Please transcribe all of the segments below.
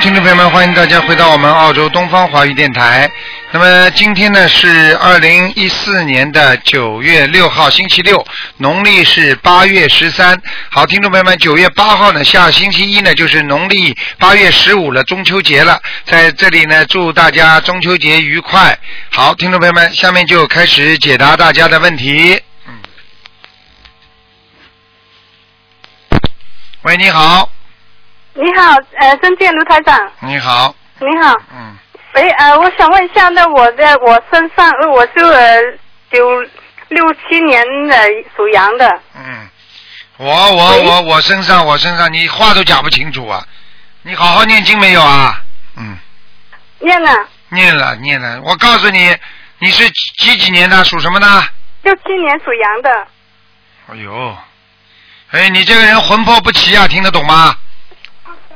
听众朋友们，欢迎大家回到我们澳洲东方华语电台。那么今天呢是二零一四年的九月六号，星期六，农历是八月十三。好，听众朋友们，九月八号呢，下星期一呢就是农历八月十五了，中秋节了。在这里呢，祝大家中秋节愉快。好，听众朋友们，下面就开始解答大家的问题。嗯，喂，你好，你好，呃，曾健卢台长，你好，你好，嗯，喂，呃，我想问一下呢，我在我身上，呃，我是呃九六七年的属羊的，嗯，我我喂我我身上我身上，你话都讲不清楚啊！你好好念经没有啊？嗯，念啊了念了念了，我告诉你，你是几几几年的，属什么的？六七年属羊的，哎呦，哎，你这个人魂魄不齐啊，听得懂吗？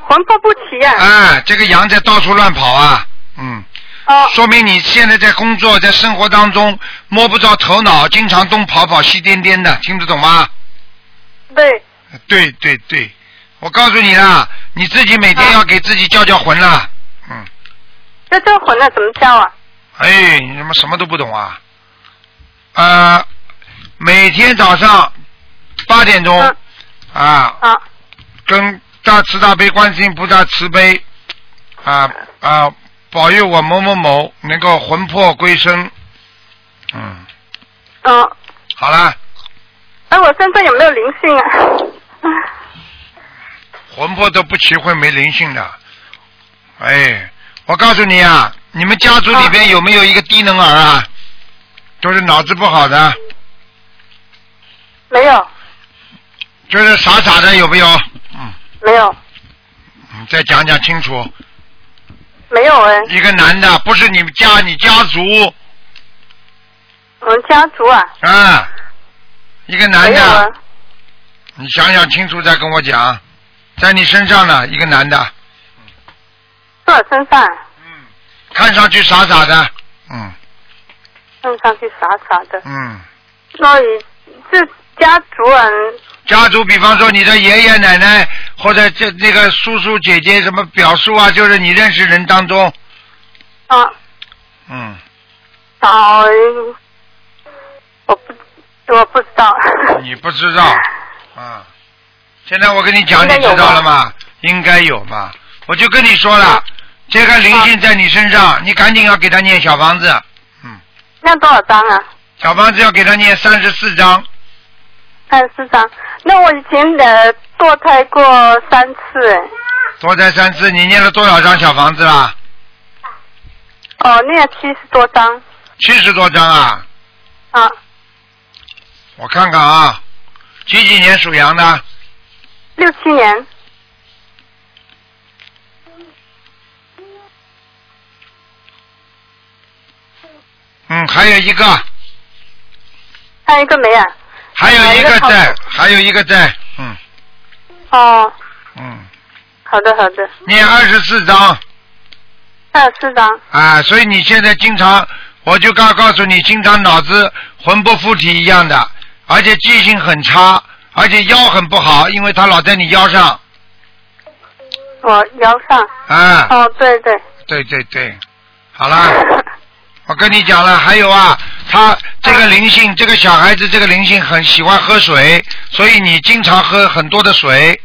魂魄不齐啊，哎，这个羊在到处乱跑啊，嗯，哦，说明你现在在工作在生活当中摸不着头脑，经常东跑跑西颠颠的，听得懂吗？对，对对对，嗯我告诉你啦，你自己每天要给自己叫叫魂啦。嗯，这这魂呢怎么叫啊？哎，你他妈什么都不懂啊？呃，每天早上八点钟嗯啊，啊，跟大慈大悲观世音菩萨慈悲啊啊，保佑我某某某能够魂魄归生。嗯，嗯、好啦，哎、我身上有没有灵性啊？ 魂魄都不齐会没灵性的。哎，我告诉你啊，你们家族里边有没有一个低能儿啊？都是脑子不好的，没有，就是傻傻的，有没有？嗯，没有，你再讲讲清楚。没有哎，一个男的，不是你们家，你家族我们家族啊，啊，一个男没有啊的，，你想想清楚再跟我讲，在你身上呢，一个男的，是我身上啊，看上去傻傻的，嗯看上去傻傻的，嗯。所以这家族啊人家族，比方说你的爷爷奶奶或者这那个叔叔姐姐什么表叔啊，就是你认识人当中，啊。嗯，啊，我不，我不知道。你不知道，啊，现在我跟你讲，应你该有吧知道了吗？应该有嘛，我就跟你说了，这个灵性在你身上，你赶紧要给他念小房子， 那多少张啊？小房子要给他念三十四章，二十四张。那我以前的堕胎过三次，哎多才三次，你念了多少张小房子啊啦？哦，那个七十多张七十多张啊，啊，我看看啊，几几年属羊的？六七年嗯，还有一个，还有一个没啊？还有一个还有一个在好，还有一个在，嗯哦，嗯，好的好的，念二十四章二十四张啊，所以你现在经常，我就告告诉你，经常脑子魂不附体一样的，而且记性很差，而且腰很不好，因为它老在你腰上我腰上。啊，哦，对对。对对对，好 啦，我跟你讲了，还有啊，他这个灵性，这个小孩子这个灵性很喜欢喝水，所以你经常喝很多的水，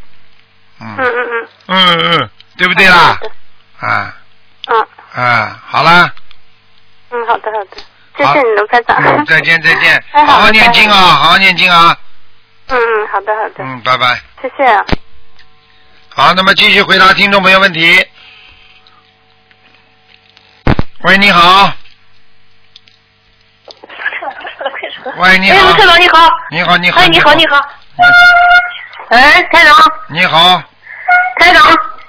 嗯嗯嗯嗯。嗯嗯，对不对啦好？的啊嗯啊，好啦。嗯，好的好的，谢谢你卢科长。嗯，再见再见， 哎好好念经啊，。的好好念经啊，嗯嗯，好的好的，嗯，拜拜。谢谢啊。好，那么继续回答听众朋友问题。喂，你 好，喂，你哎，好卢，科长你好。你好，你好，哎，你好，你好。哎，台长，你好，台长，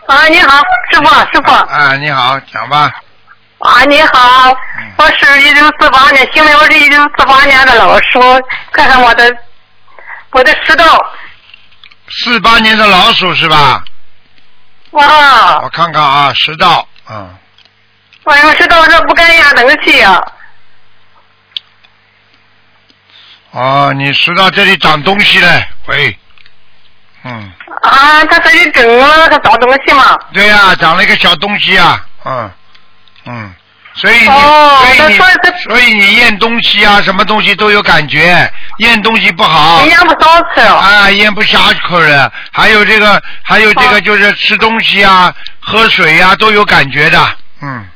啊，你好，师傅，师傅，啊，你好，讲吧，啊，你好，嗯我是一九四八年，现在我是一九四八年的老鼠，看看我的，我的石头，四八年的老鼠是吧？哇我，看看啊，食道，嗯，我用石头这不该压能去呀、哦，你食道这里长东西了，喂，嗯，啊，他这里整了个脏东西嘛。对呀、长了一个小东西啊，嗯嗯，所以你、哦所以他说你是所以你咽东西啊，什么东西都有感觉，咽东西不好人。家不少吃啊。啊，咽不下口了，还有这个，还有这个哦就是吃东西啊、喝水啊都有感觉的，嗯，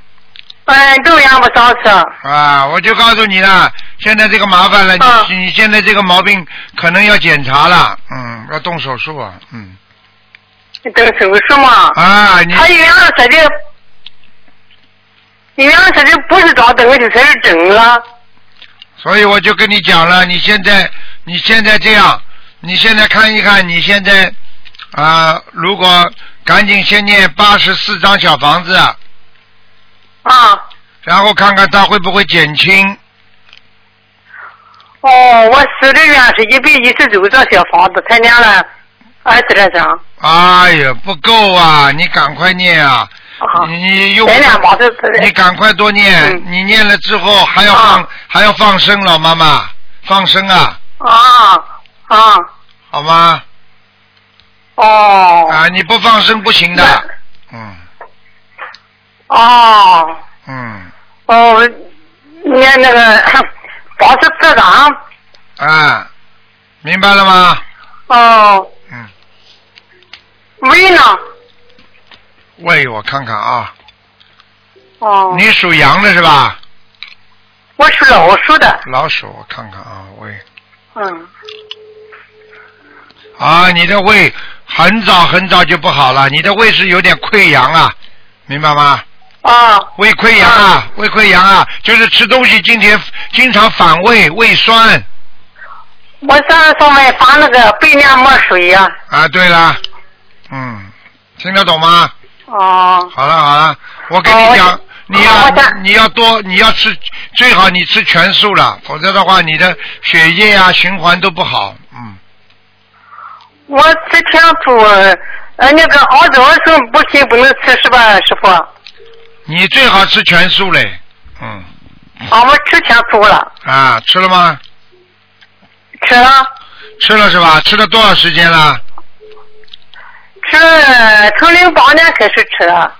嗯，都人家不少吃。啊，我就告诉你了，现在这个麻烦了，嗯你你现在这个毛病可能要检查了，嗯，要动手术啊，嗯，整手术嘛。啊，你他原来说的，原来说的不是脏东西，说是整了。所以我就跟你讲了，你现在你现在这样，你现在看一看，你现在啊、如果赶紧先念八十四张小房子，啊。然后看看它会不会减轻。哦，我十的愿是一百一十九座小房子，才念了二十来张。哎呀，不够啊！你赶快念啊！啊，你用咱俩忙着，你赶快多念，嗯你念了之后还要放、啊还要放生，老妈妈放生啊，啊啊好吗？哦啊，你不放生不行的。嗯哦嗯哦，念那个八十四张啊，明白了吗？哦，嗯，胃呢？喂，我看看啊，哦，你属羊的是吧？我属老鼠的，老鼠，我看看啊，喂嗯，啊，你的胃很早很早就不好了，你的胃是有点溃疡啊，明白吗？啊胃溃疡啊，胃溃疡啊，就是吃东西今天经常反胃、胃酸我上上面发那个百年墨水呀、啊。对了，嗯，听得懂吗？哦，好了好了，我跟你哦讲我，你哦要我想你要多，你要吃最好你吃全素了，否则的话你的血液啊循环都不好。嗯，我吃天主，呃，那个熬粥是不行，不能吃是吧，师傅？你最好吃全素嘞。嗯，啊，我吃天主了，啊，吃了吗？吃了，吃了是吧？吃了多少时间了？吃了从零八年开始吃了，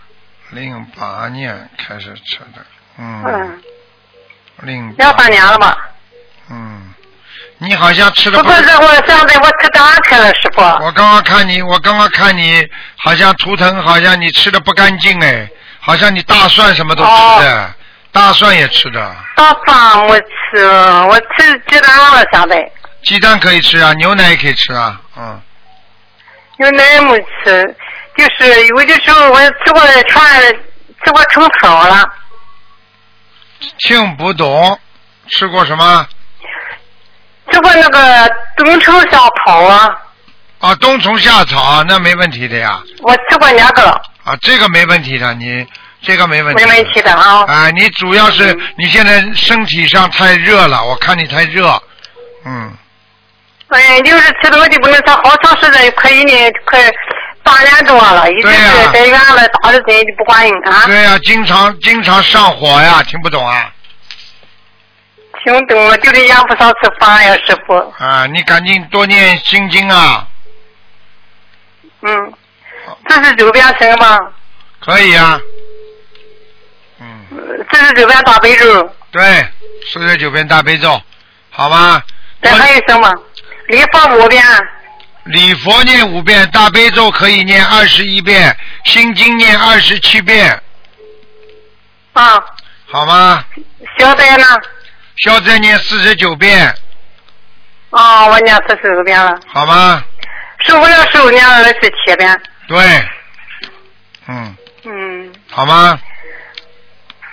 零八年开始吃的。嗯，嗯，零两三年了吧。嗯，你好像吃的不不是，是。是我上次我吃大去了，师傅。我刚刚看你，我刚刚看你，好像图腾，好像你吃的不干净哎，好像你大蒜什么都吃的，大蒜也吃的，大蒜我吃，我吃鸡蛋了，现在鸡蛋可以吃啊，牛奶也可以吃啊，嗯，牛奶没吃，就是有的时候我吃过全，吃过成草了。听不懂，吃过什么？这不那个冬虫夏草啊，啊，冬虫夏草啊，那没问题的呀，我吃过两个了，啊，这个没问题的，你这个没问题没的，问题的啊。啊，你主要是嗯你现在身体上太热了，我看你太热，啊嗯，嗯，就是吃东西不能吃，好长时间，快一年，快八年多了，一直对呀是在院了打着针就不管用啊。对呀、经常经常上火呀，听不懂啊？听懂了，就是也不想吃饭呀，师傅。啊，你赶紧多念心经啊，嗯，四十九遍行吗？可以啊。嗯，四十九遍大悲咒，对，四十九遍大悲咒，好吗？这还有什么？礼佛五遍，礼佛念五遍，大悲咒可以念二十一遍，心经念二十七遍，啊，好吗？消灾呢？消灾念四十九遍，啊，我念四十九遍了，好吗？受不了受念了二十七遍，对，嗯，嗯。好吗？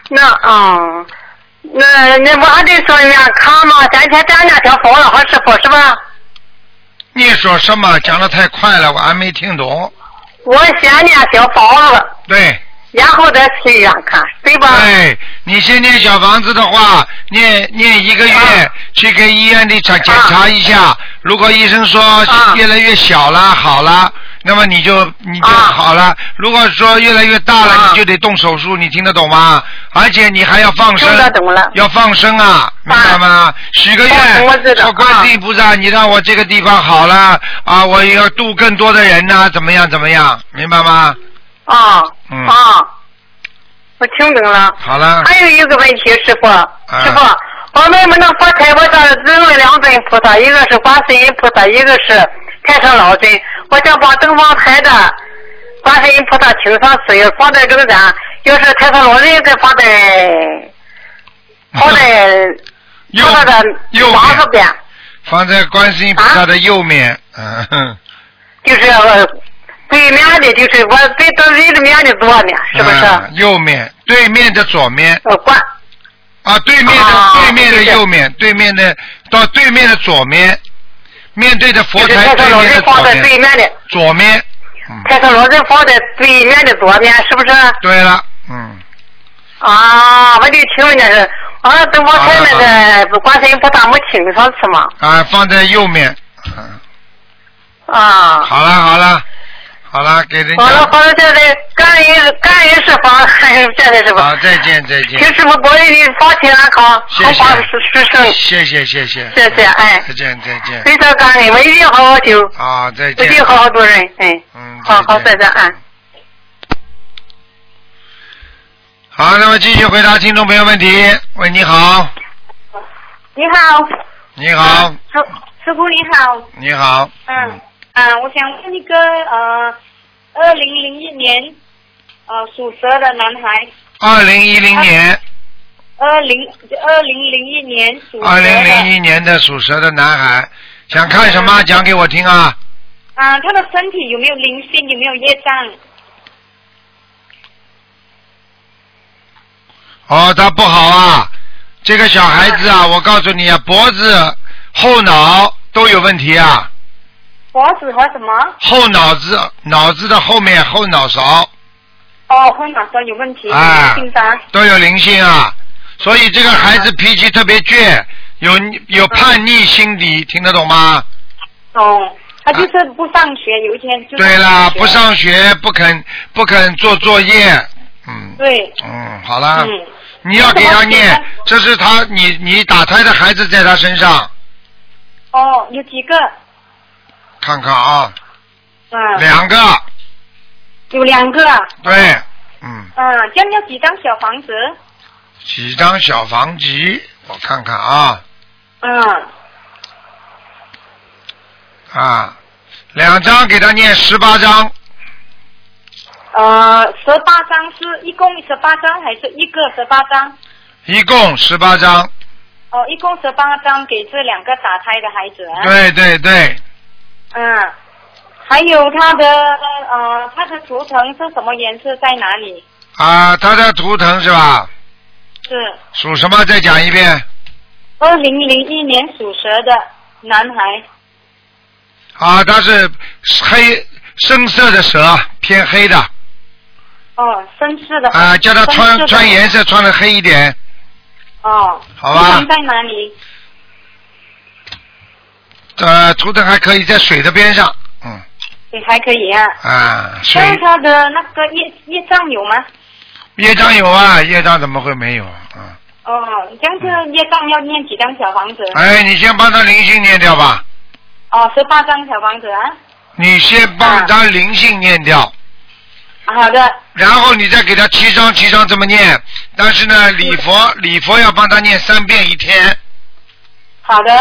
那嗯，那那我还得上医院啊看嘛，咱先咱俩条好了，好师傅是吧？你说什么？讲的太快了，我还没听懂。我先念小房子，对，然后再去医院看，对吧？对，哎你先念小房子的话，念念一个月，啊去给医院里检检查一下。如果医生说啊越来越小了，好了，那么你就你就好了。如果说越来越大了，啊你就得动手术，你听得懂吗？而且你还要放生听得懂了， 要放生啊，明白吗？许个愿，我知道说观世音菩萨，你让我这个地方好了啊，我要度更多的人呐、怎么样怎么样，明白吗？啊嗯啊，我听懂了。好了，还有一个问题，师傅，嗯师傅，我们不能佛台我上只有两尊菩萨，一个是观世音菩萨，一个是太上老君。我想把东方台的观世音菩萨请上水，放在中间，要是太上老君给放在放在右菩萨的右八面十边，放在观世音菩萨的右面，嗯哼，就是呃对面的，就是我对对人的面的左面，是不是？嗯右面，对面的左面呃，观啊，对面的、啊对面的对对右面，对面的到对面的左面，面对着就佛是台太对上老面君的放左在对面，面的。左面，嗯，太上老人放在对面的左面，是不是？对了，嗯，啊，我就听人家是，啊，东方台那个观世音菩萨没请上去嘛。啊，放在右面，嗯，啊，好了好了好了，给人完了，家，好了，现在感恩感恩是 方，现在是好，吧？再见再见请，师傅保佑你身体安康，谢好谢法师师生，谢谢谢谢，谢谢哎再见再见，非常感恩，我一定好好修，啊，再我一见，定好好做人，嗯，嗯，好好再见，嗯。好，那么继续回答听众朋友问题。喂，你好，你好，啊你好，师师傅你好，你好。嗯嗯，我想问一个呃，二零零一年呃属蛇的男孩，二零一零年，二零二零零一年属蛇二零零的，一年的属蛇的男孩，想看什么？讲给我听啊！啊、他的身体有没有灵性，有没有业障？哦，他不好啊，这个小孩子啊，我告诉你啊，脖子、后脑都有问题啊，脖子和什么？后脑子、脑子的后面、后脑勺哦，后脑勺有问题，啊有灵性的。都有灵性啊，所以这个孩子脾气特别倔，有有叛逆心理，听得懂吗？哦，他就是不上学，有一天就对啦，不学。上学，不肯不肯做作业，嗯对，嗯，好啦，嗯，你要给他念，这是他你你打胎的孩子在他身上，哦，有几个？看看啊，嗯，两个，有两个啊。对，嗯，嗯，这样要几张小房子？几张小房集，我看看啊嗯，啊，两张给他念十八张，呃，十八张是一共十八张还是一个十八张？一共十八张，哦，一共十八张给这两个打胎的孩子啊。。对对对，嗯，还有他的呃，他的图腾是什么颜色？在哪里？啊，他的图腾是吧？是属什么？再讲一遍二零零一年属蛇的男孩。啊，他是黑深色的蛇，偏黑的哦，绅士的。啊，叫他绅士穿的穿。颜色穿的黑一点，哦。好吧图腾在哪里？呃，图腾还可以在水的边上，嗯。也还可以啊。啊，水像他的那个业业障有吗？业障有啊，业障怎么会没有啊？哦，这样子嗯业障要念几张小房子？哎，你先帮他灵性念掉吧，哦，十八张小房子啊。你先帮他灵性念掉，啊好的，然后你再给他七张七张这么念。但是呢，礼佛礼佛要帮他念三遍一天，好的，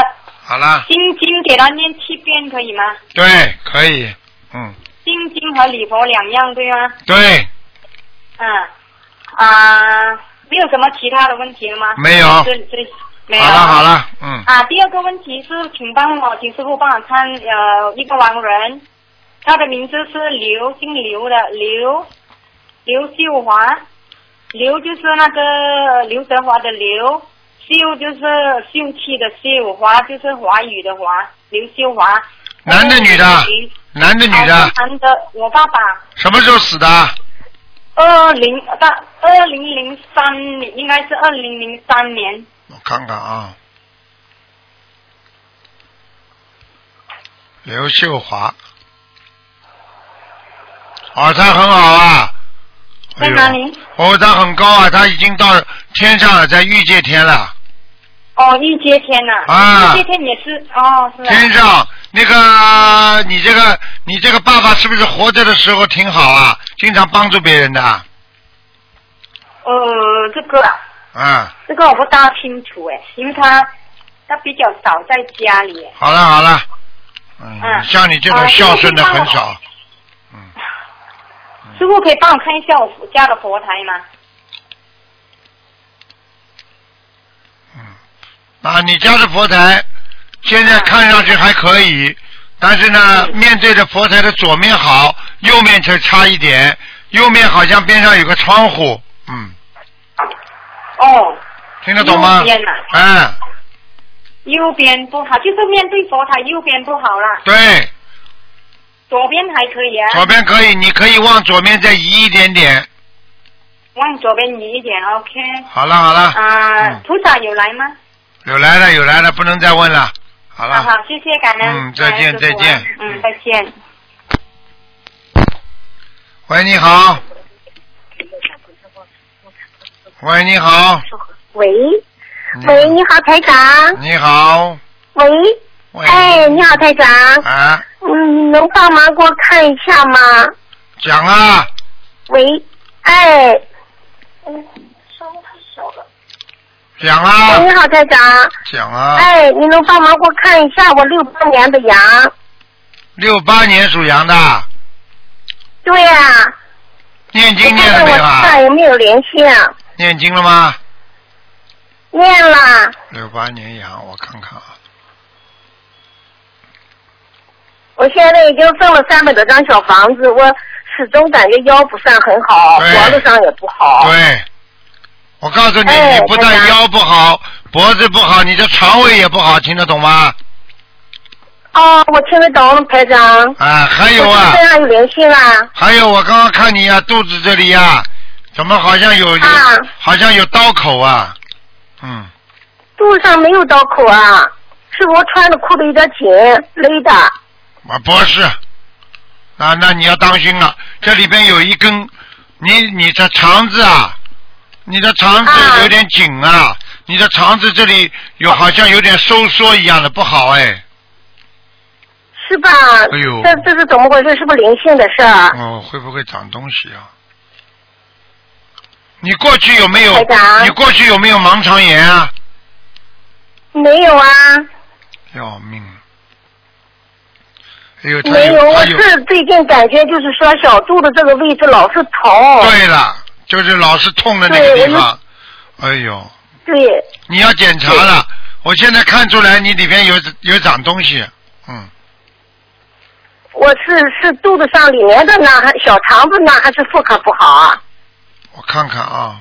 好了，心经给他念七遍可以吗？对，可以，嗯，心经和礼佛两样对吗？对，嗯，啊，没有什么其他的问题了吗？没有，好这这没有。了好。了，嗯，啊，第二个问题是，请帮我，请师傅帮我看，呃，一个亡人，他的名字是刘，姓刘的刘，刘秀华，刘就是那个刘德华的刘，秀就是秀气的秀，华就是华语的华，刘秀华。男的女的男的女啊的，男的，我爸爸，什么时候死的？二零大二零零三年，应该是二零零三年，我看看啊，刘秀华，耳他很好啊。在哪里？哦，他很高啊，他已经到天上了，在欲界天了。哦，玉阶天呐、啊玉阶天也是哦，是吧？天上那个，你这个，你这个爸爸是不是活着的时候挺好啊？经常帮助别人的啊。呃，这个啊嗯，这个我不大清楚哎，因为他他比较少在家里。好了好了，嗯，嗯像你这种啊这个孝顺的可以很帮我少。嗯师傅可以帮我看一下我家的佛台吗？啊，你家的佛台现在看上去还可以，但是呢，面对着佛台的左面好，右面却差一点。右面好像边上有个窗户，嗯，哦，听得懂吗右边呐？嗯，右边不好，就是面对佛台右边不好啦，对，左边还可以啊。左边可以，你可以往左面再移一点点。往左边移一点，OK。好了好了，啊嗯，菩萨有来吗？啊有来了有来了，不能再问了。好了，好好，谢谢感恩。嗯再见感恩师傅啊再见嗯，再见。喂，你好。喂，你好，喂，你喂，你好，台长。你好，喂，喂，哎，你好，台长。啊，嗯，能帮忙给我看一下吗？讲啊，喂，哎，嗯，声太小了。讲喂，啊，你好，台长。讲啊。哎，你能帮忙给我看一下我六八年的羊？六八年属羊的，对呀、啊，念你经看念了看我没身有啊？上有没有灵性？念经了吗？念了，六八年羊，我看看啊，我现在已经送了三百多张小房子，我始终感觉腰不算很好，对脖子上也不好。哎对，我告诉你，哎你不但台长腰不好，脖子不好，你的肠胃也不好，听得懂吗？哦，我听得懂，台长。啊，还有我啊身，上有灵性啊！还有我刚刚看你啊，肚子这里呀、怎么好像有有、啊好像有刀口啊？嗯，肚上没有刀口啊，是我穿的裤子有点紧勒的。啊不是，啊那你要当心了，这里边有一根，你你的肠子啊，你的肠啊子有点紧啊，你的肠子这里有好像有点收缩一样的，不好哎。是吧？哎呦这这是怎么回事？是不是灵性的事儿？哦，会不会长东西啊？你过去有没有台？长你过去有没有盲肠炎啊？没有啊，要命！哎呦，他没有，我他有。是最近感觉就是说小肚子这个位置老是疼。对了，就是老是痛的那个地方。哎呦，对你要检查了。我现在看出来你里边有有长东西，嗯，我是是肚子上里面的呢，还小肠子呢，还是妇科不好啊？我看看啊，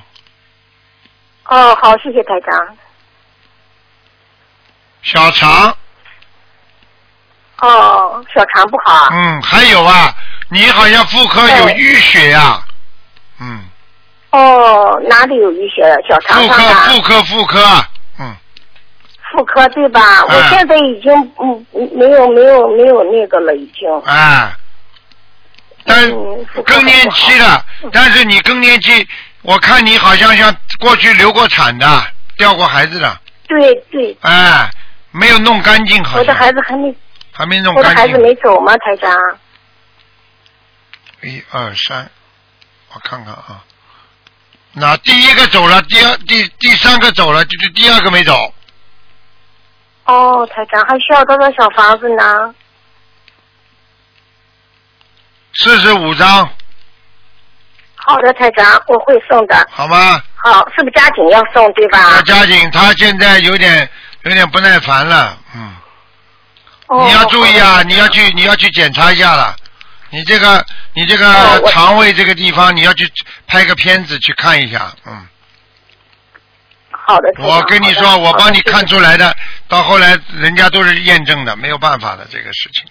哦，好，谢谢台长。小啊肠，哦，小肠不好啊。嗯，还有啊，你好像妇科有淤血呀、嗯，哦，哪里有淤血？小肠妇上科啊？妇科妇科，嗯，妇科对吧？嗯我现在已经嗯没有没有没有那个了，已经。哎，但嗯妇科更年期了，嗯但是你更年期，我看你好像像过去流过产的，掉过孩子的，对对，哎，没有弄干净，好我的像孩子还没，还没弄我的干孩子净。没走吗，台长？一二三，我看看啊，那第一个走了，第二第第三个走了，就是第二个没走。哦，台长还需要多少小房子呢？四十五张，好的，台长，我会送的。好吗？好，是不是加紧要送对吧？要加紧，他现在有点有点不耐烦了，嗯，哦你要注意好啊，的你要去你要去检查一下了，你这个你这哦个我肠胃这个地方，你要去拍个片子去看一下，嗯。好的，台长我跟你说，我帮你看。哦好的好的谢谢出来的，到后来人家都是验证的，没有办法的这个事情，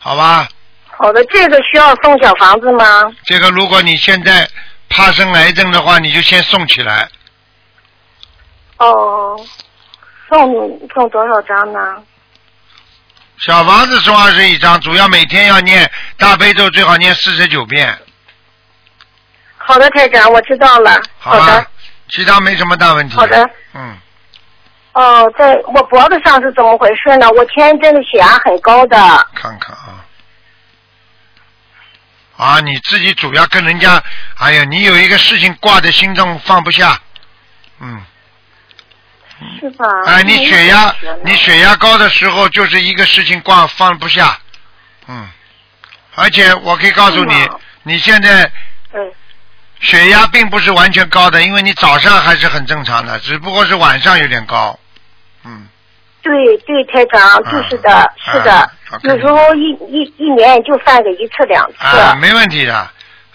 好吧？好的，这个需要送小房子吗？这个如果你现在怕生癌症的话，你就先送起来，哦，送送多少张呢？小房子送二十一张，主要每天要念大悲咒，最好念四十九遍，好的，台长，我知道了。好好吧的，，其他没什么大问题。好的。嗯，哦，在我脖子上是怎么回事呢？我前一阵子血压很高的，看看啊。啊，你自己主要跟人家，哎呀，你有一个事情挂在心中放不下，嗯，是吧？哎，你血压嗯你血压高的时候就是一个事情挂放不下，嗯，而且我可以告诉你是吗，你现在嗯，血压并不是完全高的，因为你早上还是很正常的，只不过是晚上有点高，嗯，对对，台长，就是的，啊是的，啊好有时候一一一年也就犯个一次两次。啊，没问题的，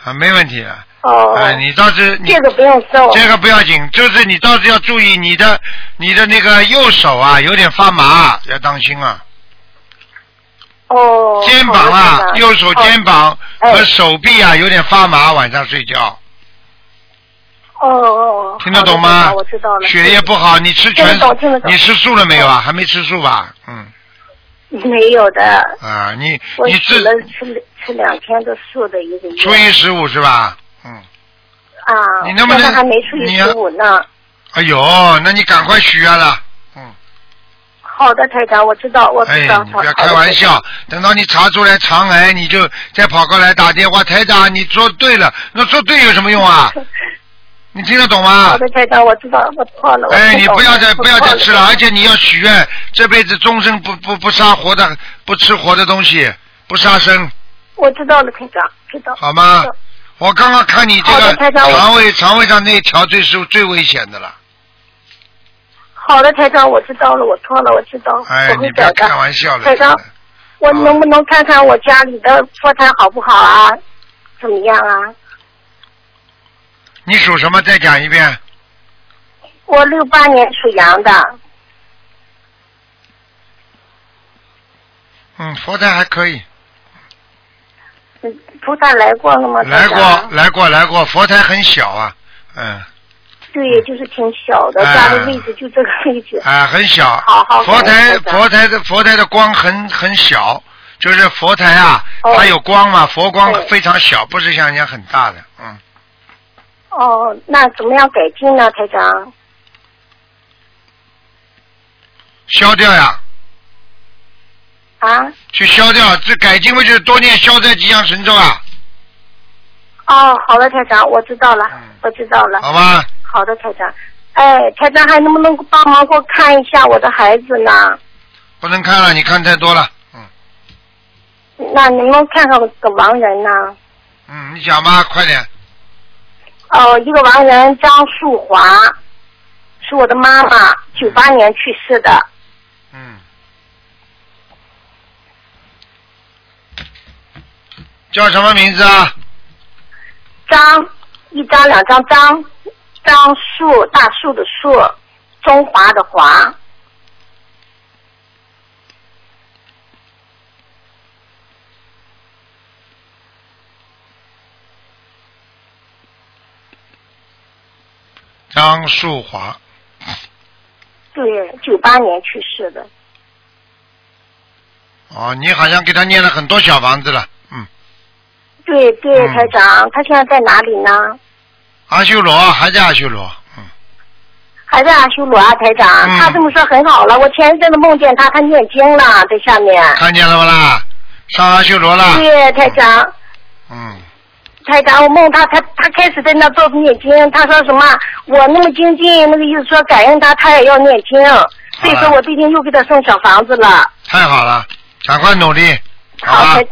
啊，没问题的，哦，啊，你倒是你这个不用送。这个不要紧，就是你倒是要注意你的你的那个右手啊，有点发麻，要当心啊。哦，肩膀好的啊，台长右手肩膀哦和手臂啊，有点发麻，晚上睡觉哦哦哦，听得懂吗好的台长我知道了。血液不好。你吃全听得懂听得，懂你吃素了没有啊？还没吃素吧？嗯没有的，啊，你我你吃自了吃吃两天的素的一个月。初一十五是吧？嗯，啊，你能不能现在还没初一你要十五呢？哎呦，那你赶快许愿了。嗯，好的，台长，我知道，我哎知道。，你好不要开玩。好笑的，等到你查出来肠癌，你就再跑过来打电话，台长，你做对了，那做对有什么用啊？你听得懂吗？好的，台长，我知道，我错了。我哎，你知道不要再我不要错再吃了，而啊且你要许愿，这辈子终身不不不杀活的，不吃活的东西，不杀生，我知道了，台长，知道。好吗知道？我刚刚看你这好的个台长我肠胃肠胃上那一条最是最危险的了，好的，台长，我知道了，我错了，我知道，哎，我你会不要改开的。玩笑了。台长真的我能不能看看我家里的佛台好不好啊？怎么样啊？你属什么？再讲一遍。我六八年属羊的，嗯，佛台还可以，嗯，菩萨来过了吗？来台过长。来过来过，佛台很小啊，嗯对，就是挺小的，哎家的位置就这个位置。啊很小好好，佛台好的佛台的佛台的光很很小，就是佛台啊，哦它有光嘛，佛光对非常小，不是像人家很大的，嗯。哦，那怎么样改进呢，台长？消掉呀，啊？去消掉。这改进不就是多念消灾吉祥神咒啊？哦，好的，台长，我知道了嗯，我知道了。好吧，好的，台长。哎，台长还能不能帮忙给我看一下我的孩子呢？不能看了，你看太多了。嗯那能不能看看我个亡人呢？嗯，你讲吧，快点。哦，一个亡人张树华，是我的妈妈，九八年去世的。嗯，叫什么名字啊？张，一张两张张，张树大树的树，中华的华。张树华，对，九八年去世的。哦，你好像给他念了很多小房子了。嗯，对对，嗯台长，他现在在哪里呢？阿修罗还在阿修罗。嗯，还在阿修罗啊，台长。嗯他这么说很好了，我前一阵子梦见他，他念经了，在下面。看见了不啦？上阿修罗了。对，台长，嗯，台长，我梦他，他他开始在那做念经，他说什么？我那么精进，那个意思说感应他，他也要念经。所以说我最近又给他送小房子了。太好了，赶快努力，好吧台？，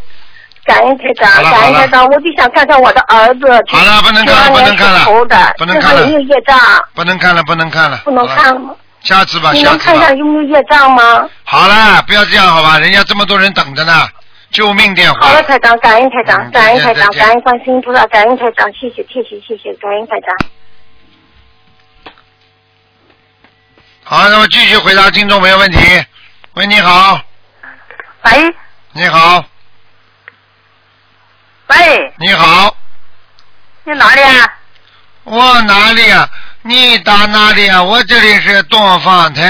感恩台长好，了感恩好了台长，我就想看看我的儿子。好了不能看了不能看了头的，不能看了身上有没有业障？不能看了，不能看了，不能好了啊看了吗？下次吧，你下能次看一吧下。有没有业障吗？好了，不要这样好吧？人家这么多人等着呢，救命电好话了，。台长，感恩台嗯长，感恩台长，再见再见感恩观世音菩萨，感恩台长，谢谢，谢谢，谢谢，感恩台长。好，那么继续回答听众朋友问题。喂，你好，喂你好，喂，你好，你哪里啊？我哪里啊？你打哪里啊？我这里是东方台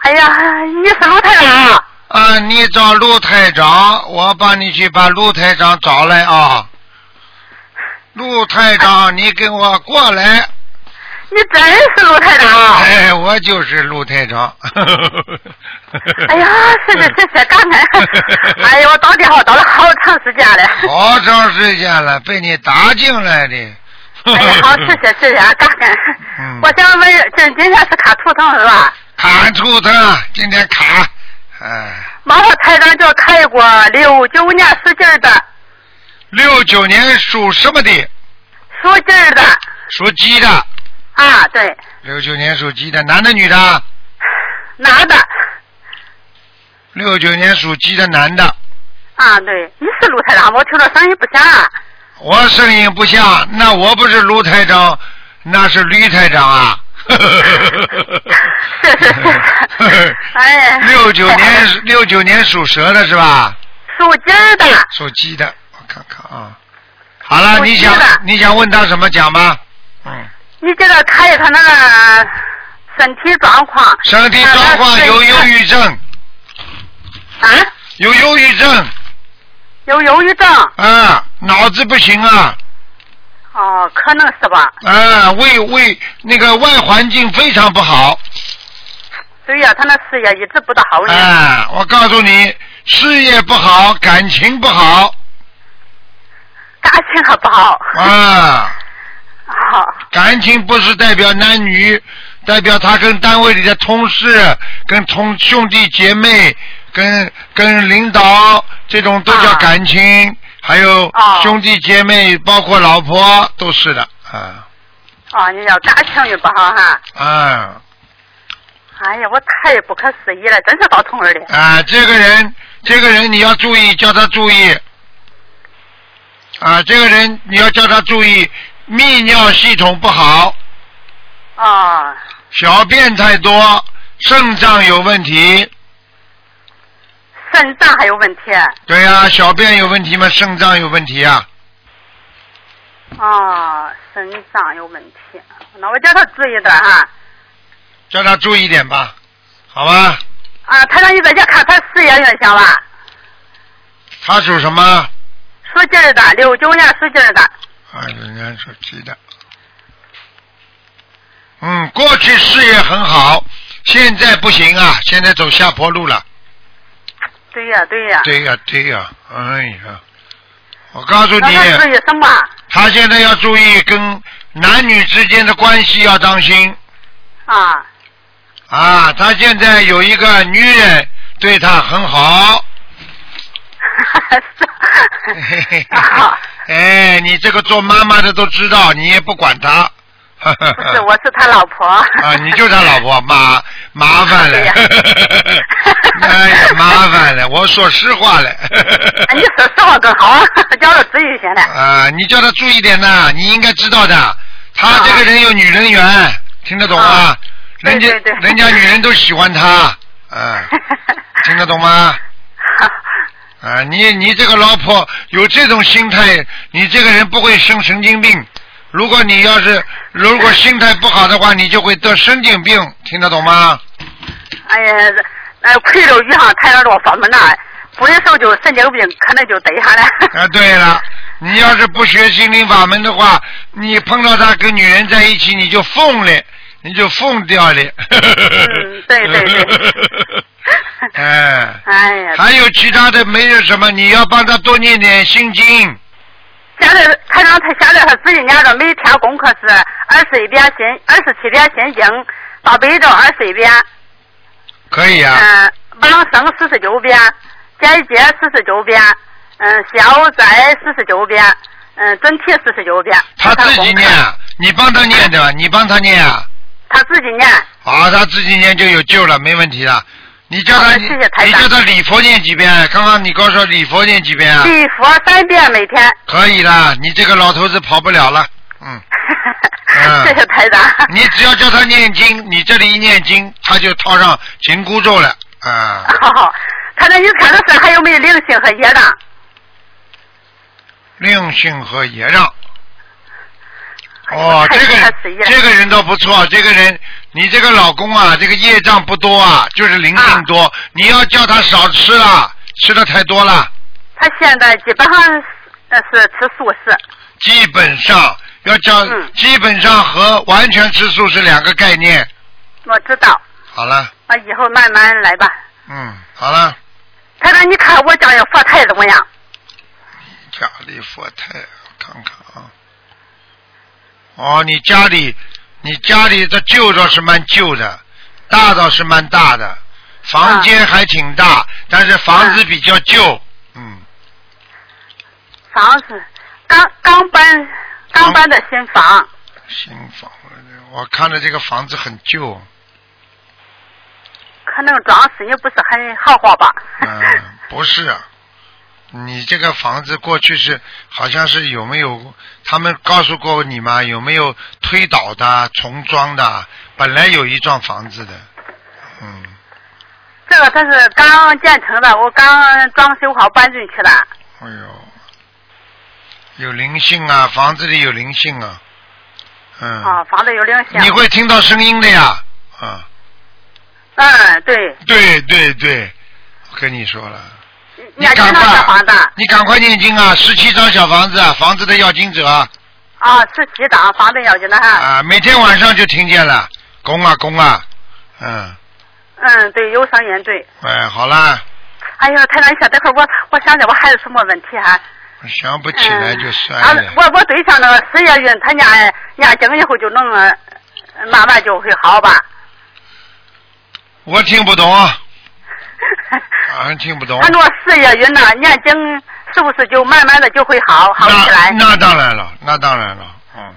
哎呀，你是卢太郎啊？啊，你找陆台长，我帮你去把陆台长找来啊。陆台长，你给我过来！你真是陆台长！啊哎，我就是陆台长。哎呀，是是是是，刚 才，哎呀，我打电话打了好长时间了。好长时间了，被你打进来的。哎呀，好，谢谢谢谢啊，感恩。 嗯我想问，今今天是卡图腾是吧？卡住他，啊今天卡，哎，麻烦台长就看过六九年属鸡儿的，六九年属什么的？属鸡儿的属鸡的。啊，对，六九年属鸡的，男的女的？男的六九年属鸡的男的，啊，对，你是陆台长，我听着声音不像啊。 我声音不像，那我不是卢台长，那是吕台长啊。是是是， 哎呀， 六九 年六九年属蛇的是吧？属鸡 儿的，属鸡的，我看看啊。好了，属你鸡想的你想问他什么讲吧？嗯，你这个看他那个身体状况。身体状况有忧郁症，啊，有忧郁症有忧郁症，啊，脑子不行啊，哦，可能是吧。啊，胃胃那个外环境非常不好，对呀、他那事业一直不大好呢。啊，我告诉你，事业不好，感情不好感情还不好。 哦啊，好、感情不是代表男女，代表他跟单位里的同事、跟同兄弟姐妹、跟跟领导这种都叫啊感情，还有哦兄弟姐妹，包括老婆都是的啊哦，你要感情也不好哈。啊哎呀，我太不可思议了，真是到头儿了。啊！这个人，这个人你要注意，叫他注意啊！这个人你要叫他注意，泌尿系统不好，哦，小便太多，肾脏有问题。肾脏还有问题。对呀、小便有问题吗？肾脏有问题啊？哦，肾脏有问题，那我叫他注意点哈。叫他注意点吧，好吧？啊，他让你在家看他事业运行吧，他属什么？属鸡儿的，六九年属鸡儿的。啊，人家属鸡的。嗯，过去事业很好，现在不行啊，现在走下坡路了。对呀、对呀、对呀、对呀、哎呀，我告诉那他注你，意什么？他现在要注意跟男女之间的关系要当心 啊，啊。他现在有一个女人对他很好，嘿嘿是嘿啊，哎，你这个做妈妈的都知道，你也不管他。不是，我是他老婆。 啊，你就他老婆，麻麻烦了 对呀，哎呀，麻烦了，我说实话了。 哎你说实话更好， 叫他注意些呢。啊，你叫他注意点呐，你应该知道的，他这个人有女人缘，听得懂吗啊？对人家对对人家女人都喜欢 他，啊，听得懂吗？啊，你你这个老婆有这种心态，你这个人不会生神经病。如果你要是如果心态不好的话，你就会得神经病，听得懂吗？哎呀，这哎，亏了遇上太阳落方面呢，不的时候就神经病，可能就逮下来。啊，对了，你要是不学心灵法门的话，你碰到他跟女人在一起，你就疯了，你就疯掉了。嗯嗯对对对 哎， 哎呀，还有其他的没有什么，你要帮他多念点心经。现在他让他现在他自己念着，每天功课是二十一遍心，二十七遍心经，大悲咒二十一遍，可以啊，嗯，往生四十九遍，简洁四十九遍，嗯，消灾四十九遍，嗯，准提四十九遍。他自己功课念，啊你帮他念对吧？你帮他念啊，他自己念，好，他自己念就有救了，没问题了。你叫他，好的谢谢台你长叫他礼佛念几遍？刚刚你跟我说礼佛念几遍啊？礼佛三遍每天。可以啦，你这个老头子跑不了了，嗯。嗯 谢谢台长。 你只要叫他念经，你这里一念经，他就套上紧箍咒了啊、 好，他那你看他身还有没有灵性和业障？令性和也让。哦，这太个太人随意了这个人倒不错，这个人，你这个老公啊，这个业障不多啊，就是灵性多。你要叫他少吃啦，吃的太多了，他现在基本上是呃是吃素食。基本上要讲、嗯基本上和完全吃素是两个概念。我知道，好了，啊，以后慢慢来吧。嗯，好了，台长，你看我家里佛台怎么样？家里佛台，我看看啊。哦，你家里，你家里的旧倒是蛮旧的，大倒是蛮大的，房间还挺大，但是房子比较旧，嗯，房子刚刚搬，刚搬的新房。嗯新房，我看着这个房子很旧，可能装饰也不是很豪华吧。嗯，不是啊，你这个房子过去是好像是有没有他们告诉过你吗？有没有推倒的、重装的？本来有一幢房子的，嗯， 这个它是刚建成的，我刚装修好搬进去的。哎呦，有灵性啊，房子里有灵性啊，嗯，啊，房子有灵性。你会听到声音的呀，啊，嗯，对，对对对，我跟你说了。你念经赶那小房子快，你赶快念经啊！十七张小房子，啊房子的要经者啊。啊，是几档房子要紧的哈。啊，每天晚上就听见了，拱啊拱啊，嗯，嗯，对，有声音对。哎，好啦，哎呀，台长，你想等会儿我我想想我还有什么问题哈、想不起来就嗯啊算了。我我对象那个事业运，他念念经以后就能呃慢慢就会好吧。 我听不懂，啊，听不懂。他那个事业运呐，念经是不是就慢慢的就会好好起那来？那当然了，那当然了，嗯，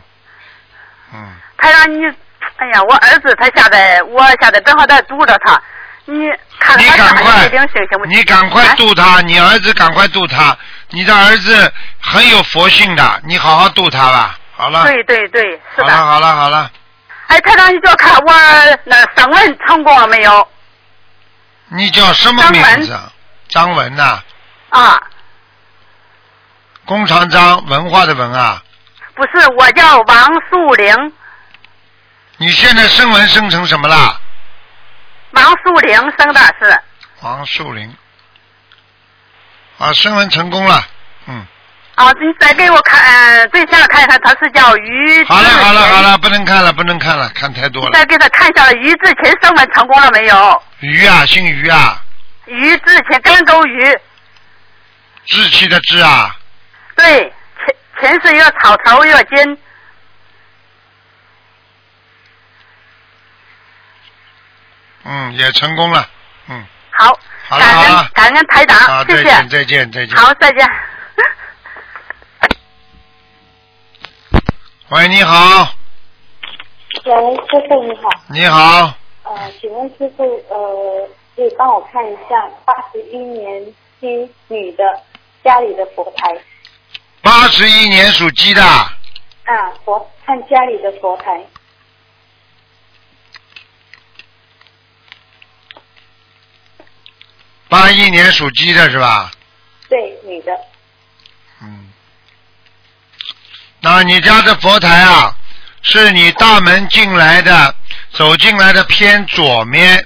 嗯，他让你，哎呀，我儿子他现在，我现在正好在读着他，你 看你看赶他快的灵性行不行？你赶快哎度他，你儿子赶快度他，你的儿子很有佛性的，你好好度他吧。好了，哎对对对，是好了，的。好了，好了，哎，台长，你就看我那声纹成功了没有？你叫什么张名文字啊？张文呐、啊，工长张，文化的文啊。不是，我叫王素玲，你现在声纹生成什么啦？王素玲生的是，王树林。啊，声纹成功了。嗯，啊，你再给我看、呃对象看看，他是叫于。好了好了好。了，不能看了不能看了，看太多了。再给他看一下于志勤生纹成功了没有？鱼啊，姓鱼啊，于志勤，甘州于，志气的志啊，对，勤勤是一个草头一个金。嗯，也成功了。嗯，好，好了感好恩了，感恩台啊，长，谢再谢。见再见再见。好，再见。喂，你好，喂，师傅你好，你好，呃，请问师傅，呃，可以帮我看一下八十一年鸡女的家里的佛台，八十一年属鸡的，啊，佛看家里的佛台，八一年属鸡的是吧？对，女的，嗯，那你家的佛台啊，是你大门进来的，走进来的偏左面，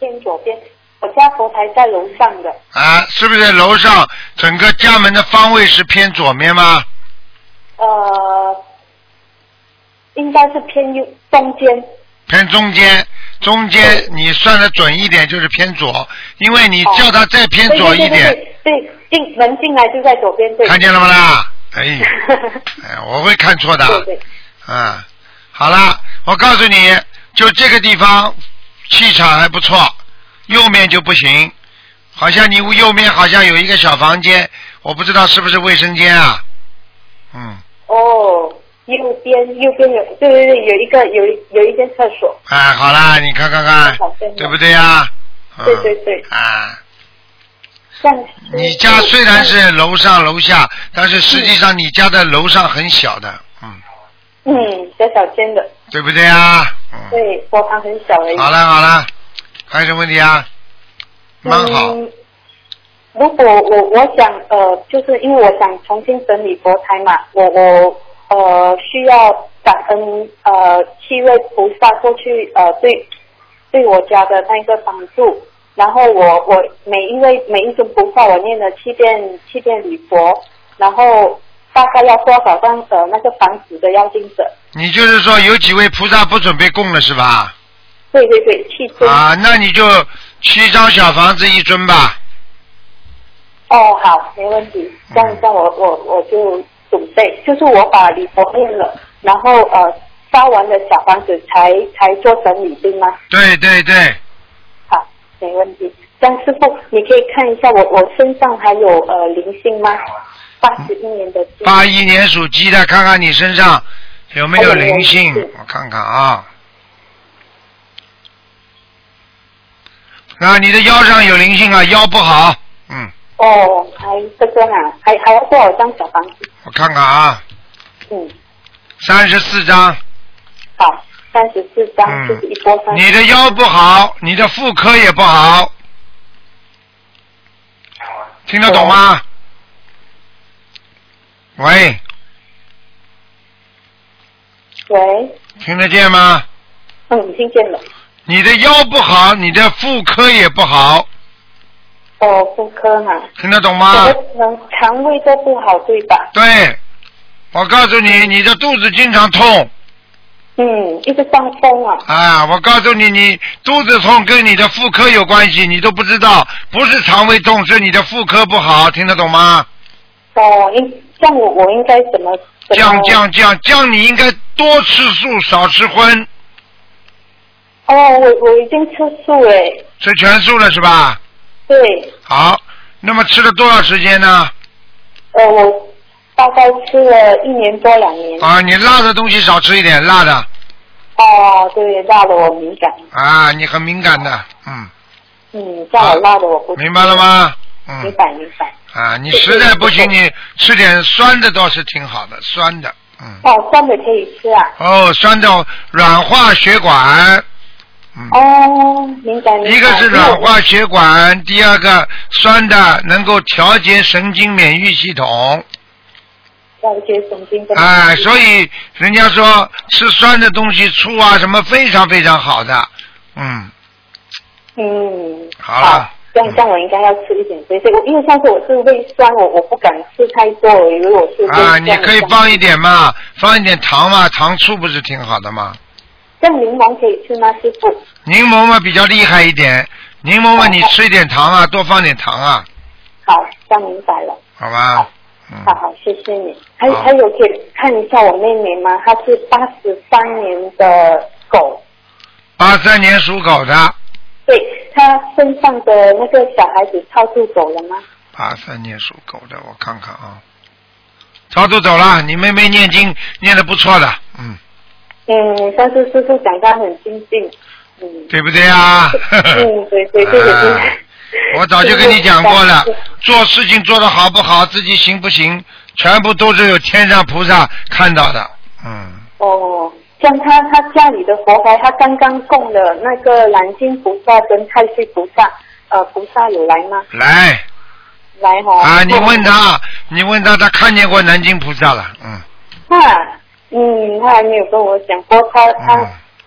偏左边，我家佛台在楼上的，啊，是不是楼上整个家门的方位是偏左面吗？呃，应该是偏右中间，偏中间，中间你算的准一点就是偏左，因为你叫它再偏左一点，对对对对，对进门进来就在左边，对， 看见了吗啦？哎，对哎，我会看错的。对，嗯，好了，我告诉你，就这个地方气场还不错，右面就不行，好像你右面好像有一个小房间，我不知道是不是卫生间啊？嗯，哦，右边右边有，对对对，有一个有一有一间厕所。哎，好啦，你看看看好真，的对不对呀、嗯对对对啊，像你家虽然是楼上楼下，但是实际上你家的楼上很小的，嗯，嗯小小间的，对不对呀、嗯，对，佛堂很小而已。好了好了，还有什么问题啊？蛮好，嗯如果我我想呃，就是因为我想重新整理佛台嘛，我我呃需要感恩呃七位菩萨过去呃对对我家的那个帮助，然后我我每一位每一尊菩萨我念了七遍七遍礼佛，然后大概要多少张呃那个房子的要精者？你就是说有几位菩萨不准备供了是吧？对对对，七尊。啊，那你就七张小房子一尊吧。哦，好，没问题。嗯这样这样我我我就准备，就是我把礼佛念了，然后呃烧完了小房子才才做整理，对吗？对对对，好，没问题。张师傅，你可以看一下我我身上还有呃灵性吗？八十一年的鸡八一年属鸡的，看看你身上有没有灵性哎还有没有灵性，我看看啊。啊，你的腰上有灵性啊，腰不好，嗯，哦，还这个啊，还还要多少张小房子？我看看啊，嗯，三十四张。好，三十四张，嗯就是一波三。你的腰不好，你的妇科也不好，听得懂吗？喂，喂，听得见吗？嗯，听见了。你的腰不好，你的妇科也不好，哦，妇科嘛，听得懂我吗？的肠肠胃都不好，对吧？对，我告诉你，你的肚子经常痛嗯，一直上风啊。啊！我告诉你，你肚子痛跟你的妇科有关系，你都不知道，不是肠胃痛，是你的妇科不好，听得懂吗？哦，应这样我我应该怎么？怎么降降降降，你应该多吃素，少吃荤。哦，我我已经吃素了，吃全素了是吧？对，好，那么吃了多少时间呢？呃，我大概吃了一年多两年。啊，你辣的东西少吃一点，辣的哦，对，辣的我敏感，啊，你很敏感的，嗯，嗯，这样我辣的我不。啊明白了？吗？明嗯，白明白。啊，你实在不行，你吃点酸的倒是挺好的，酸的，嗯，哦，酸的可以吃啊。哦，酸的软化血管，嗯，哦，明白明白。一个是软化血管，第二个酸的能够调节神经免疫系统，那我，调节神经的。哎，所以人家说吃酸的东西，醋啊什么非常非常好的，嗯，嗯，好了这样这样我应该要吃一点这些，我因为上次我是胃酸，我我不敢吃太多，我以为我是胃酸。啊，你可以这样放一点嘛，放一点糖嘛，糖醋不是挺好的嘛？这样柠檬可以吃吗，师傅？柠檬嘛比较厉害一点，柠檬嘛你吃一点糖啊，多放点糖啊，好，这样明白了。好吧？嗯，好好，谢谢你。还好还有可以看一下我妹妹吗？她是八十三年的狗，八三年属狗的，对，她身上的那个小孩子超度走了吗？八三年属狗的，我看看啊，超度走了，你妹妹念经念的不错的，嗯，嗯，上次师傅讲她很精进， 嗯对不对啊？嗯，对对对对啊对。我早就跟你讲过了对对，做事情做得好不好，自己行不行，全部都是有天上菩萨看到的。嗯，哦，像他他家里的佛牌，他刚刚供了那个蓝金菩萨跟太岁菩萨，呃，菩萨有来吗？来来哈、哦。啊，你问。他，你问他，他看见过南京菩萨了。嗯，啊，嗯，他还没有跟我讲过，他他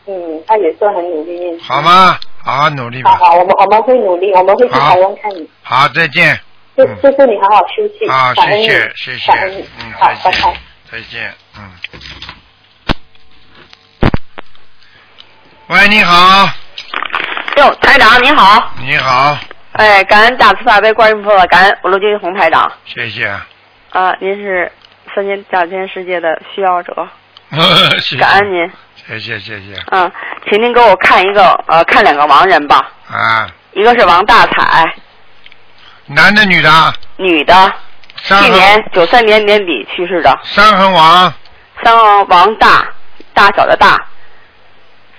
嗯嗯他也是很努力念经。好吗？好好努力好吧。好，我们我们会努力，我们会去好台湾看你。好，再见。就嗯就是你好好休息，啊，感恩谢你谢，谢谢感恩你，。嗯，好，再拜拜见。，再见。嗯。喂，你好，哟，台长您好，你好，哎，感恩大慈大悲观世音菩萨，感恩我罗军红台长谢谢，啊、您是三千大千世界的需要者，谢谢感恩您，谢谢，谢谢嗯，请您给我看一个呃，看两个亡人吧，啊。一个是王大彩，男的女的啊？女的，三去横年九三年年底去世的，三横王三个王大，大小的大，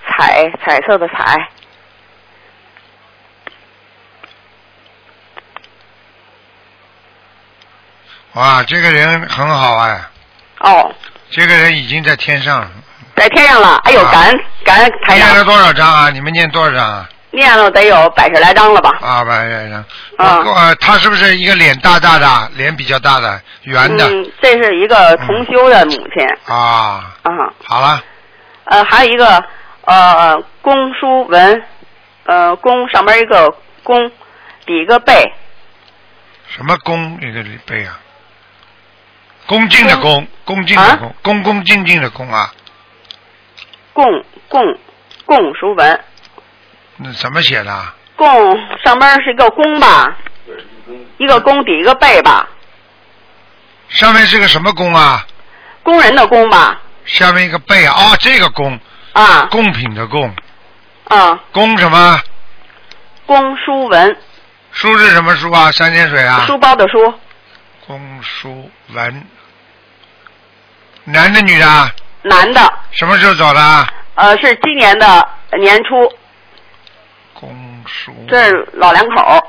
彩彩色的彩，哇，这个人很好哎，哦，这个人已经在天上了。在天上了，哎呦，啊感恩感恩哎台念了长，多少章啊？你们念多少章啊？念了得有百十来张了吧，啊，百来章。啊我呃，他是不是一个脸大大的，脸比较大的，圆的、嗯，这是一个同修的母亲啊？啊，好了，呃，还有一个呃，龚书文，呃，龚上边一个龚，底一个贝，什么弓一个背啊？恭敬的恭，恭敬啊的恭，恭恭敬敬的恭啊。供供供书文，那怎么写的啊？供上边是一个弓吧，一个弓底一个背吧，上面是个什么弓啊？工人的工吧，下面一个贝啊，哦，这个供啊贡品的贡，啊，供什么？供书文，书是什么书啊？山泉水啊？书包的书，公书文，男的女的啊？男的，什么时候走的啊？呃，是今年的年初，公书这是老两口儿，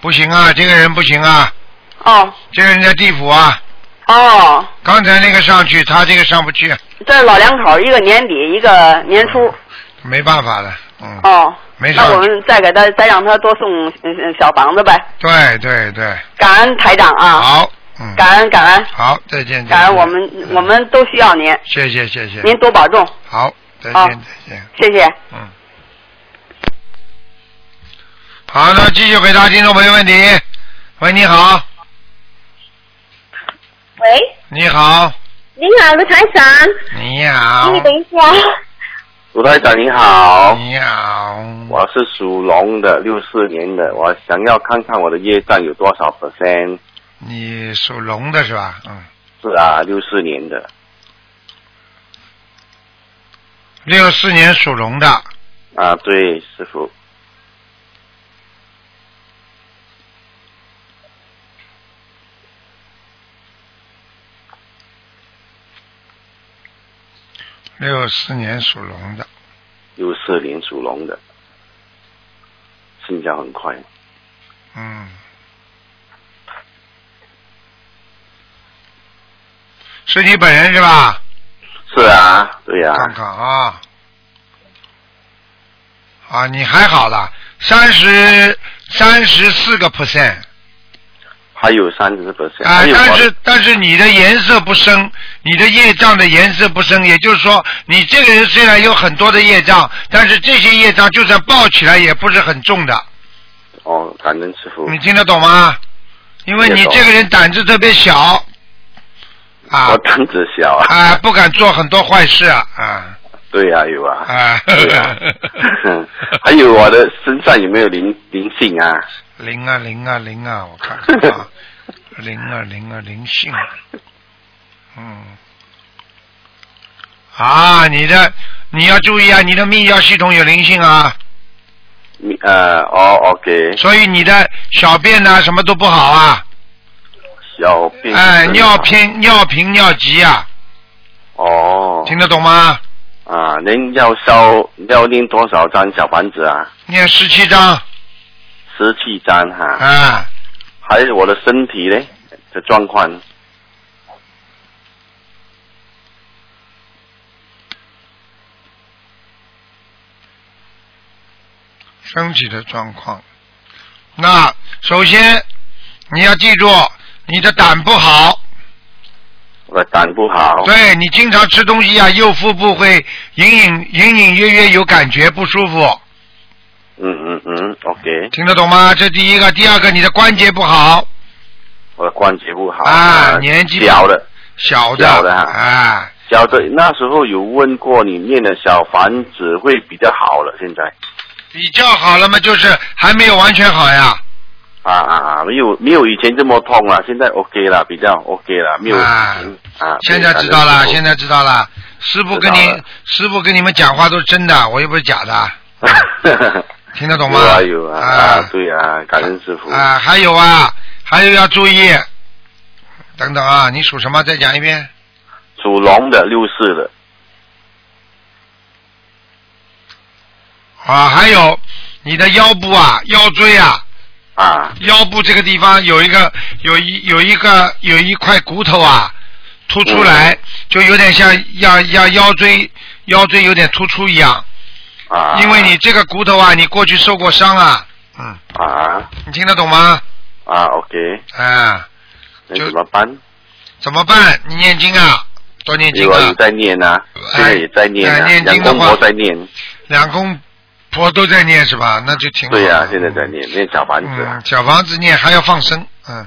不行啊，这个人不行啊，哦这个人在地府啊。哦，刚才那个上去，他这个上不去，啊这是老两口儿，一个年底，一个年初，没办法了，嗯，哦，没事儿那我们再给他，再让他多送嗯嗯小房子呗，对对对，感恩台长啊，好，嗯，感恩感恩好，再见，再见嗯感恩，我们我们都需要您，谢谢谢谢，您多保重，好，再好见再见，谢谢。嗯。好，那继续回答听众朋友问题。喂，你好，喂，你好，你好，卢台长，你好你，等一下，卢台长你好，你好，我是属龙的，六四年的，我想要看看我的业障有多少 percent。你属龙的是吧？嗯，是啊，六四年的，六四年属龙的，啊，对，师傅，六四年属龙的，六四年属龙的，心跳很快，嗯，是你本人是吧？是啊，对啊，看看啊，啊，你还好的，三十三十四个 percent 还有三十 percent，啊还，有我但是但是你的颜色不深，你的业障的颜色不深，也就是说，你这个人虽然有很多的业障，但是这些业障就算爆起来也不是很重的，哦，感恩师傅，你听得懂吗？因为听你得懂这个人胆子特别小，啊我哦胆子小啊，啊，不敢做很多坏事啊啊对啊，有啊，啊对啊， 还有我的身上有没有灵灵性啊？零啊零啊零啊，我看看啊，零啊零啊灵性，嗯，啊，你的你要注意啊，你的泌尿系统有灵性啊， 你呃，哦，OK，所以你的小便呐、什么都不好啊，小便，哎，尿，偏尿频尿急啊，哦，听得懂吗？啊，您要烧要念多少张小房子啊？念十七章十七张哈、啊，还有我的身体呢的状况，身体的状况。那首先你要记住，你的胆不好，我的胆不好，对你经常吃东西啊，右腹部会隐隐隐隐约约有感觉不舒服，嗯嗯嗯，OK，听得懂吗？这第一个，第二个，你的关节不好，我的关节不好啊年纪小的，小的，小的啊啊，小的那时候有问过你念的小房子会比较好了，现在比较好了嘛，就是还没有完全好呀，啊啊啊，没有没有以前这么痛了，现在 OK 了，比较 OK 了，没有啊啊现在知道了，现在在知道了。师傅跟知道你了师傅跟你们讲话都是真的，我又不是假的， 听得懂吗？有啊有啊啊啊，对啊，感恩师傅啊，还有啊，还有要注意，等等啊，你属什么？再讲一遍。属龙的六四的，啊，还有你的腰部啊、腰椎啊、啊，腰部这个地方有一个有一有一个有一块骨头啊凸出来，就有点像要要腰椎腰椎有点突出一样，啊，因为你这个骨头啊，你过去受过伤啊，嗯，啊你听得懂吗？啊，OK，啊，那就怎么办？怎么办？你念经啊，多念经有啊，啊有，在念啊，哎现在也在念哎啊，念杨经的公话婆在念两公佛都在念是吧？那就挺好。对呀、现在在念念小房子，啊嗯小房子念还要放生，嗯，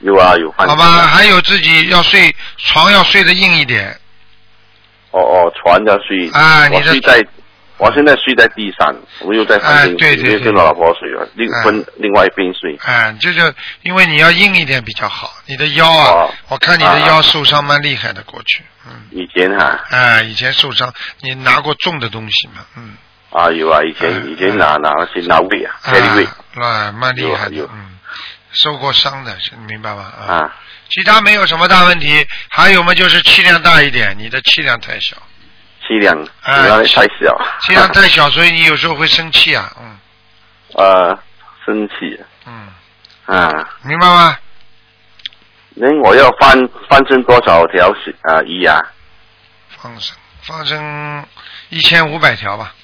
有啊有饭。好吧，还有自己要睡床要睡得硬一点，哦哦，床要睡啊你我这睡在，我现在睡在地上，我又在哎房间对里对面对跟我老婆睡了，另哎分另外一边睡。哎、这就因为你要硬一点比较好，你的腰啊，哦我看你的腰受伤蛮厉害的，过去，以前哈哎、以前受伤，你拿过重的东西吗？嗯，啊有啊，以前以前拿拿那些拿胃啊，开胃啊，蛮厉有害啊的，有嗯，受过伤的，是明白吗？啊，啊其他没有什么大问题，还有嘛就是气量大一点，你的气量太小，气量哎原来太小，气量 太小，所以你有时候会生气啊，嗯，呃生气嗯，啊。明白吗？那我要翻翻身多少条水啊鱼啊？放生，放生一千五百条吧，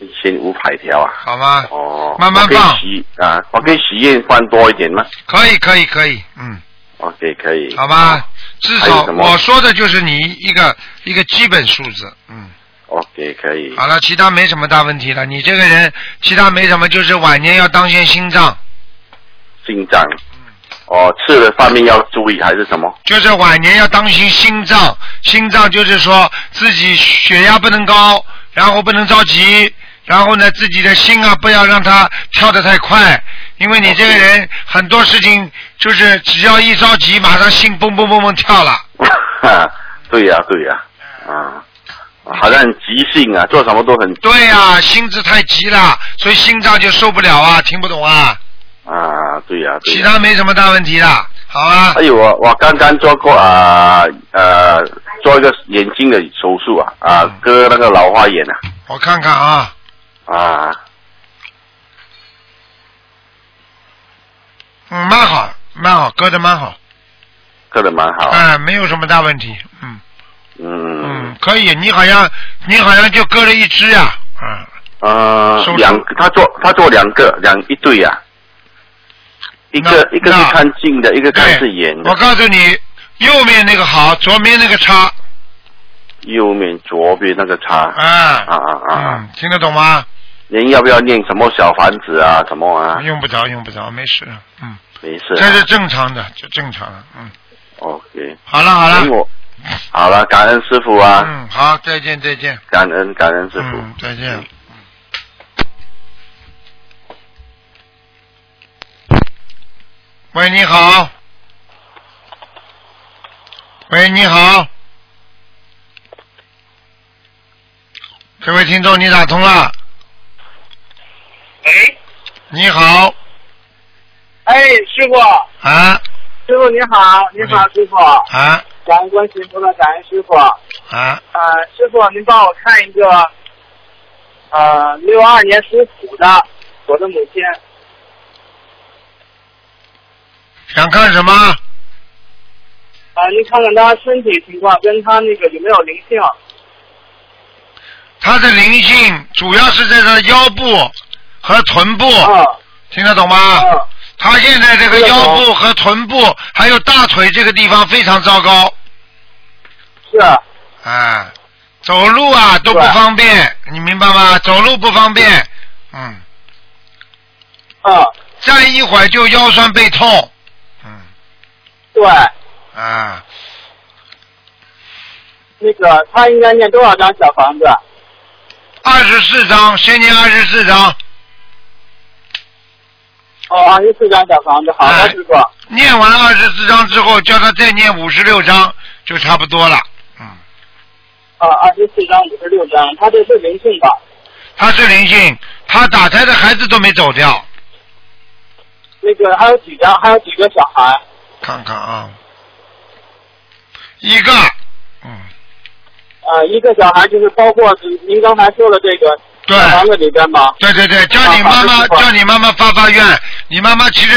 一千五百条啊。好吗？哦，慢慢我可以放许啊，我可以许愿翻多一点吗哦可以，可以，可以，嗯， ？OK，可以。好吧，至还少有什么我说的就是你一个一个基本数字，嗯， OK，可以。好了，其他没什么大问题了。你这个人，其他没什么，就是晚年要当心心脏，心啊脏，嗯哦，吃的方面要注意还是什么？ 就是晚年要当心心脏，心脏就是说自己血压不能高，然后不能着急，然后呢自己的心啊不要让它跳得太快，因为你这个人很多事情就是只要一着急，马上心蹦蹦蹦蹦跳了。哈，对呀、对呀、啊，好像很急性啊，做什么都很对呀、心智太急了，所以心脏就受不了啊，听不懂啊，啊，对呀、对其呀、他没什么大问题的，好啊还，有我我刚刚做过啊呃做一个眼睛的手术啊嗯啊割那个老花眼啊我看看啊。啊嗯，蛮好，蛮好，割的蛮好，割的蛮好，哎、没有什么大问题，嗯嗯嗯，可以。你好像你好像就割了一只呀、啊呃手术两他做他做两个两一对呀、一个一个是看近的，一个看是远的哎我，告诉你，右面那个好，左面那个差，右面左边那个差啊、啊啊啊！嗯，听得懂吗？您要不要念什么小房子啊？什么啊？用不着，用不着，没事，嗯，没事、这啊。是正常的，就正常的，嗯， OK。好了好了那，我好了，感恩师傅啊，嗯，好，再见再见，感恩感恩师傅。嗯，再见。嗯喂，你好。喂，你好。这位听众，你打通了。喂。你好哎，师傅，啊师傅你好，你好，师傅，啊感恩观世音菩萨，感恩师傅。啊！呃，师傅，您帮我看一个，呃，六二年属虎的，我的母亲，想看什么？啊、您看看她身体情况，跟她那个有没有灵性？他的灵性主要是在他腰部和臀部，嗯哦听得懂吗？他现在这个腰部和臀部还有大腿这个地方非常糟糕，是，啊，走路啊都不方便，你明白吗？走路不方便，嗯。啊。站一会儿就腰酸背痛，对，啊，那个她应该念多少张小房子？二十四章，先念二十四章，哦，二十四张小房子，好的，师傅。呃念完二十四章之后，叫他再念五十六章就差不多了。啊，二十四张、五十六张，她这是灵性吧？他是灵性，他打胎的孩子都没走掉。那个还有几张？还有几个小孩？看看啊，一个呃，一个小孩就是包括您刚才说的这个对小房子里边吧？对对对，叫你妈妈，叫你妈妈发发愿。你妈妈其实